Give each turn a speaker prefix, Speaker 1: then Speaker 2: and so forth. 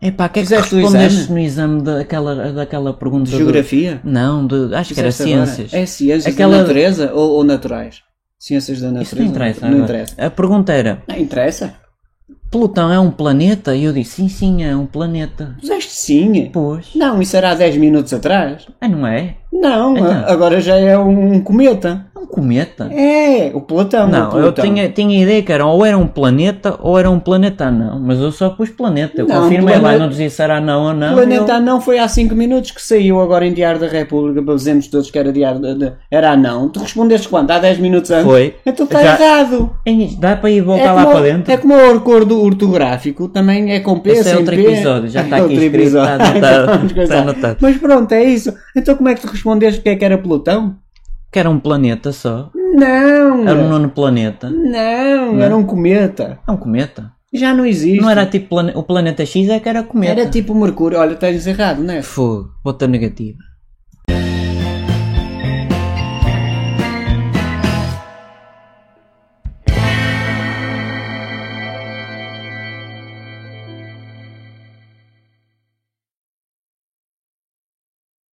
Speaker 1: Epá, que é que
Speaker 2: Fizeste o
Speaker 1: respondeste
Speaker 2: exame?
Speaker 1: no exame daquela, daquela pergunta?
Speaker 2: De
Speaker 1: do-
Speaker 2: geografia?
Speaker 1: Não, de- acho que era
Speaker 2: Fizeste agora?
Speaker 1: ciências.
Speaker 2: É ciências
Speaker 1: Aquela-
Speaker 2: da natureza ou, ou naturais? Ciências da
Speaker 1: Isso
Speaker 2: natureza?
Speaker 1: não interessa.
Speaker 2: Não
Speaker 1: agora.
Speaker 2: interessa.
Speaker 1: A pergunta era:
Speaker 2: Não interessa.
Speaker 1: Plutão é um planeta? E eu disse: Sim, sim, é um planeta.
Speaker 2: Puseste sim.
Speaker 1: Pois.
Speaker 2: Não, isso era há 10 minutos atrás.
Speaker 1: Ah, não é?
Speaker 2: Não,
Speaker 1: Então.
Speaker 2: a- agora já é um cometa.
Speaker 1: É um cometa.
Speaker 2: É, o Plutão. o
Speaker 1: Não, eu
Speaker 2: Plutão.
Speaker 1: tinha, tinha ideia que era ou era um planeta ou era um planeta não, mas eu só pus planeta. Eu
Speaker 2: Não,
Speaker 1: confirmei lá,
Speaker 2: planeta-
Speaker 1: não dizia se era não ou não.
Speaker 2: Planeta Anão foi há 5 minutos que saiu agora em Diário da República para dizermos todos que era Diário da- da- era anão. Tu respondeste quando? Há 10 minutos
Speaker 1: eu...
Speaker 2: antes?
Speaker 1: Foi.
Speaker 2: Então está
Speaker 1: Já-
Speaker 2: errado.
Speaker 1: Ei, Dá para ir
Speaker 2: É
Speaker 1: voltar tá lá
Speaker 2: como-
Speaker 1: para dentro?
Speaker 2: É como o acordo ortográfico, também é com P,
Speaker 1: Esse é
Speaker 2: sem
Speaker 1: outro
Speaker 2: P. É
Speaker 1: episódio, já está aqui
Speaker 2: Outro
Speaker 1: escrito, está
Speaker 2: episódio.
Speaker 1: anotado,
Speaker 2: Vamos coisar.
Speaker 1: está anotado.
Speaker 2: Mas pronto, é isso. Então como é que tu respondeste o que é que era Plutão?
Speaker 1: Que era um planeta só.
Speaker 2: Não!
Speaker 1: Era o nono planeta.
Speaker 2: Não,
Speaker 1: Não.
Speaker 2: era um cometa.
Speaker 1: É um cometa.
Speaker 2: Já não existe.
Speaker 1: Não era tipo plane- o planeta X, é que era cometa.
Speaker 2: Era tipo Mercúrio. Olha, estás tá errado, não é?
Speaker 1: Fogo, bota negativa.